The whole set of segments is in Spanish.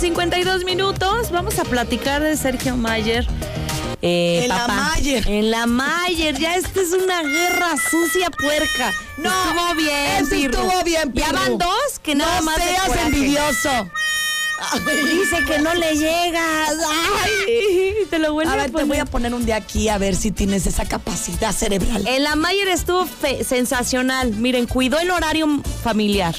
52 minutos. Vamos a platicar de Sergio Mayer. Eh, En la papá. Mayer. En la Mayer. Ya esta es una guerra sucia puerca. No, estuvo bien, ese Pirru. estuvo bien, Ya Pirru. van dos que nada no más. de seas coraje. envidioso. Dice que no le llegas. Ay, te lo vuelvo A a, ver, te poner. voy a poner un día aquí a ver si tienes esa capacidad cerebral. En la Mayer estuvo fe- sensacional. Miren, cuidó el horario familiar.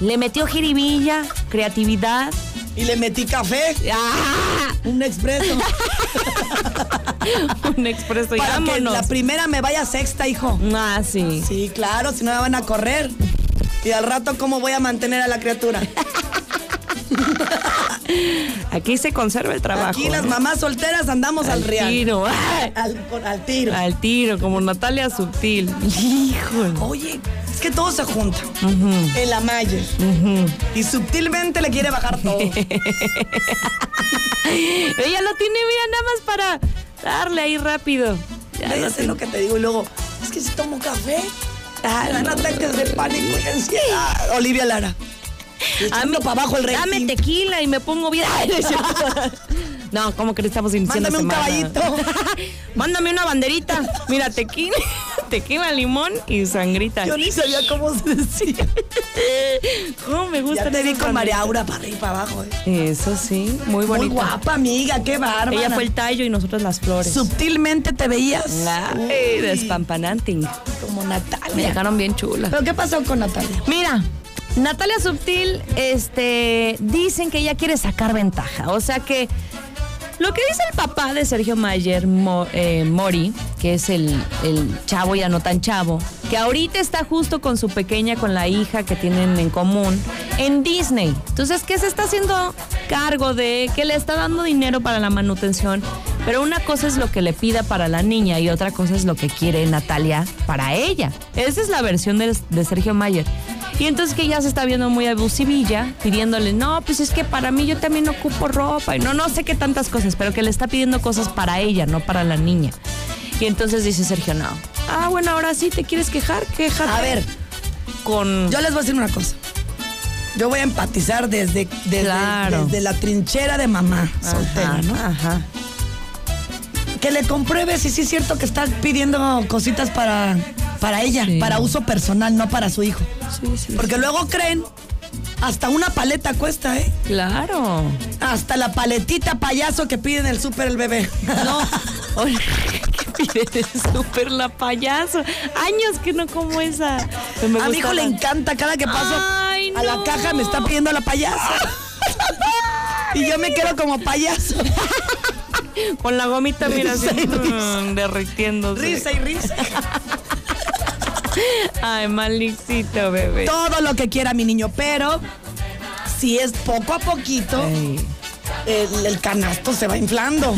Le metió jiribilla, creatividad. Y le metí café, ¡Ah! un expreso. Un expreso y para que Pues vámonos. la primera me vaya sexta, hijo. Ah, sí. Sí, claro, si no me van a correr. Y al rato, ¿cómo voy a mantener a la criatura? Aquí se conserva el trabajo. Aquí las ¿eh? mamás solteras andamos al, Al real. tiro. ¡ah! Al, con- al tiro. Al tiro, como Natalia Subtil. Híjole. Oye, es que todo se junta. En la malla. Y sutilmente le quiere bajar todo. Ella lo tiene, mira, nada más para darle ahí rápido. Ya Ya lo sé lo que te digo. Y luego, es que si tomo café, Ah, me dan ataques de pánico y ansiedad. Olivia Lara. Echando para abajo el rey. Dame tequila y me pongo bien. Ay, no es cierto. No, ¿cómo que estamos iniciando Mándame un semana? caballito. Mándame una banderita. Mira, tequila, tequila, limón y sangrita. Yo ni sabía cómo se decía. ¿Cómo Oh, me gusta? Ya te vi con María Aura para arriba y para abajo. eh. Eso sí, muy Muy bonito. guapa, amiga, qué bárbara. Ella fue el tallo y nosotros las flores. Sutilmente te veías. Ay, despampanante. Como Me Natalia. dejaron bien chula. ¿Pero qué pasó con Natalia? Mira, Natalia Subtil, este, dicen que ella quiere sacar ventaja. O sea que lo que dice el papá de Sergio Mayer, Mo- eh, Mori, que es el, el chavo ya no tan chavo, que ahorita está justo con su pequeña, con la hija que tienen en común, en Disney. Entonces, que se está haciendo cargo de que le está dando dinero para la manutención. Pero una cosa es lo que le pida para la niña y otra cosa es lo que quiere Natalia para ella. Esa es la versión de, de Sergio Mayer. Y entonces que ya se está viendo muy abusivilla, pidiéndole, no, pues es que para mí yo también ocupo ropa y no, no sé qué tantas cosas, pero que le está pidiendo cosas para ella, no para la niña. Y entonces dice Sergio, no. Ah, bueno, ahora sí, ¿te quieres quejar? Quéjate. A ver, con... Ah, yo les voy a decir una cosa. Yo voy a empatizar desde, desde, Claro. desde la trinchera de mamá soltera, Ajá, ¿no? Ajá. Que le compruebe si sí es cierto que está pidiendo cositas para, para ella, Sí. para uso personal, no para su hijo. Sí, sí. Porque luego creen, hasta una paleta cuesta, ¿eh? Claro. Hasta la paletita payaso que pide en el súper el bebé. No. Oye, ¿Qué pide de súper la payaso? Años que no como esa. que me a mi hijo gustaba. le encanta cada que paso Ay, a la no. caja me está pidiendo la payasa. y yo me quedo como payaso. Con la gomita, mira, así, Risa y risa. mm, derritiéndose. Risa y risa. Ay, malixito, bebé. Todo lo que quiera mi niño, pero si es poco a poquito, Ay, el, el canasto se va inflando.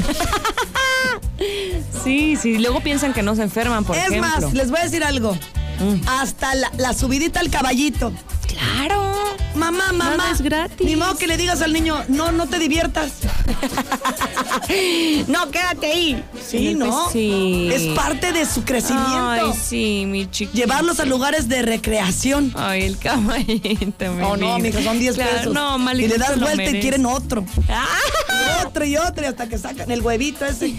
Sí, sí, luego piensan que no se enferman, por es ejemplo. Mm. más, les voy a decir algo. Hasta la, la subidita al caballito. Claro. Mamá, mamá. Nada es gratis. Ni modo que le digas al niño, no, no te diviertas. No, quédate ahí. Sí, ¿no? Sí. Es parte de su crecimiento. Ay, sí, mi chiquito. Llevarlos a lugares de recreación. Ay, el caballito, mi Oh, no, vida. mijo, son 10 Claro, pesos. No, malixito. y le das lo vuelta y merece. quieren otro. Ah, Y otro y otro, y hasta que sacan el huevito ese.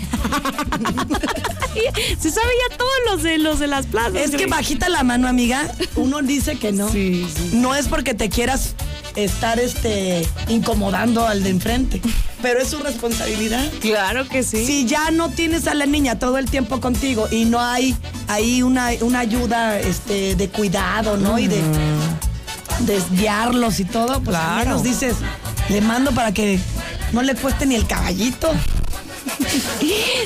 se sabe ya todos los de los de las plazas. Es que güey. bajita la mano, amiga. Uno dice que no. Sí, sí. No es porque te quieras estar este incomodando al de enfrente. Pero es su responsabilidad. Claro que sí. Si ya no tienes a la niña todo el tiempo contigo y no hay ahí una, una ayuda este, de cuidado, ¿no? Y de desviarlos y todo, pues al Mm. Claro. menos dices, le mando para que no le cueste ni el caballito.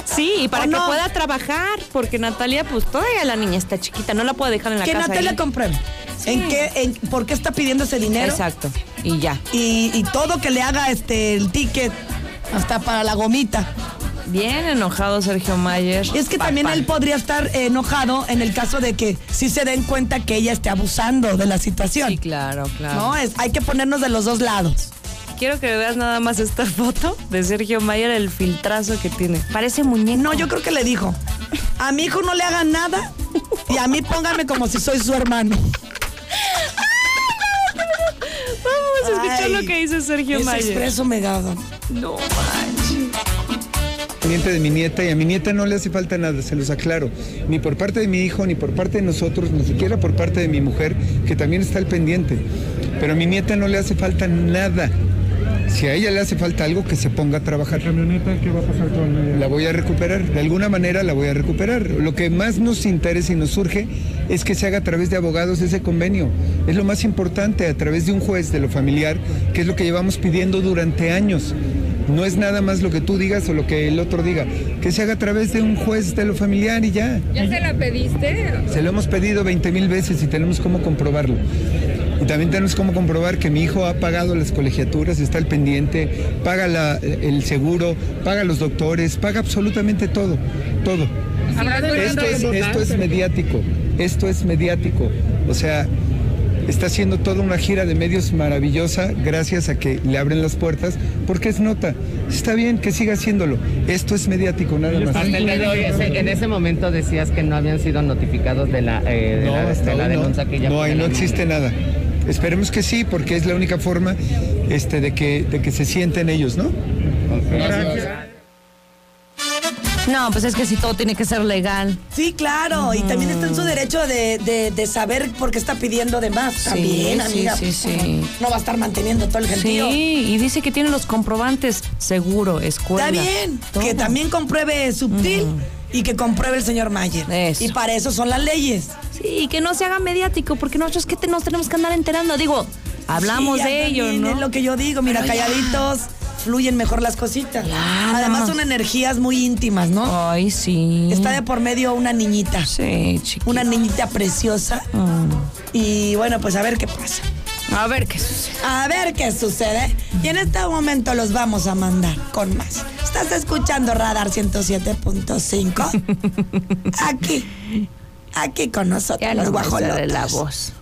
Sí, y para ¿O que Oh, no? pueda trabajar, porque Natalia, pues todavía la niña está chiquita, no la puede dejar en la que casa. Natalia ahí. compruebe. ¿En qué, en, ¿Por qué está pidiendo ese dinero? Exacto, y ya. Y, y todo que le haga este el ticket, hasta para la gomita. Bien enojado Sergio Mayer. Es que Pa, también pa. él podría estar eh, enojado en el caso de que sí se den cuenta que ella esté abusando de la situación. Sí, claro, claro. No, es, hay que ponernos de los dos lados. Quiero que veas nada más esta foto de Sergio Mayer, el filtrazo que tiene. Parece muñeco. No, yo creo que le dijo, a mi hijo no le hagan nada y a mí póngame como si soy su hermano. Vamos a escuchar Eso es lo que dice Sergio Es Mayer. expreso megado. No. pendiente de mi nieta y a mi nieta no le hace falta nada, se los aclaro, ni por parte de mi hijo, ni por parte de nosotros, ni siquiera por parte de mi mujer, que también está al pendiente. Pero a mi nieta no le hace falta nada. Si a ella le hace falta algo, que se ponga a trabajar. camioneta qué va a pasar con ella? La voy a recuperar, de alguna manera la voy a recuperar. Lo que más nos interesa y nos surge es que se haga a través de abogados ese convenio. Es lo más importante, a través de un juez de lo familiar, que es lo que llevamos pidiendo durante años. No es nada más lo que tú digas o lo que el otro diga. Que se haga a través de un juez de lo familiar y ya. ¿Ya se la pediste? Se lo hemos pedido 20 mil veces y tenemos cómo comprobarlo. Y también tenemos cómo comprobar que mi hijo ha pagado las colegiaturas, está al pendiente, paga la- el seguro, paga los doctores, paga absolutamente todo, todo. ¿Habrá Esto demanda es, de esto es mediático, esto es mediático. O sea, está haciendo toda una gira de medios maravillosa gracias a que le abren las puertas porque es nota. Está bien que siga haciéndolo. Esto es mediático nada más. Hasta el día de hoy, ese- en ese momento decías que no habían sido notificados de la, eh, de No, la, de hasta la hoy no. denuncia que ya No, fue ahí de no la existe nada. Esperemos que sí, porque es la única forma este, de, que, de que se sienten ellos, ¿no? No, pues es que si todo tiene que ser legal. Sí, claro. Y también está en su derecho de, de- de saber por qué está pidiendo de más. también, sí, amiga. sí, sí. No va a estar manteniendo todo el gentío. Sí, y dice que tiene los comprobantes seguro, escuela. Está bien, todo. que también compruebe Subtil y que compruebe el señor Mayer. Eso. Y para eso son las leyes. Sí, que no se haga mediático, porque nosotros que nos tenemos que andar enterando. Digo, hablamos Sí, de ya ello, también ¿no? Es lo que yo digo, mira, calladitos, fluyen mejor las cositas. Claro. Además son energías muy íntimas, ¿no? Ay, sí. Está de por medio una niñita, Sí, chiquita. Mm. una niñita preciosa. Y bueno, pues a ver qué pasa. A ver qué sucede. A ver qué sucede. Y en este momento los vamos a mandar con más. Estás escuchando Radar 107.5. Aquí. Aquí con nosotros, los no me guajolotes. sale la voz.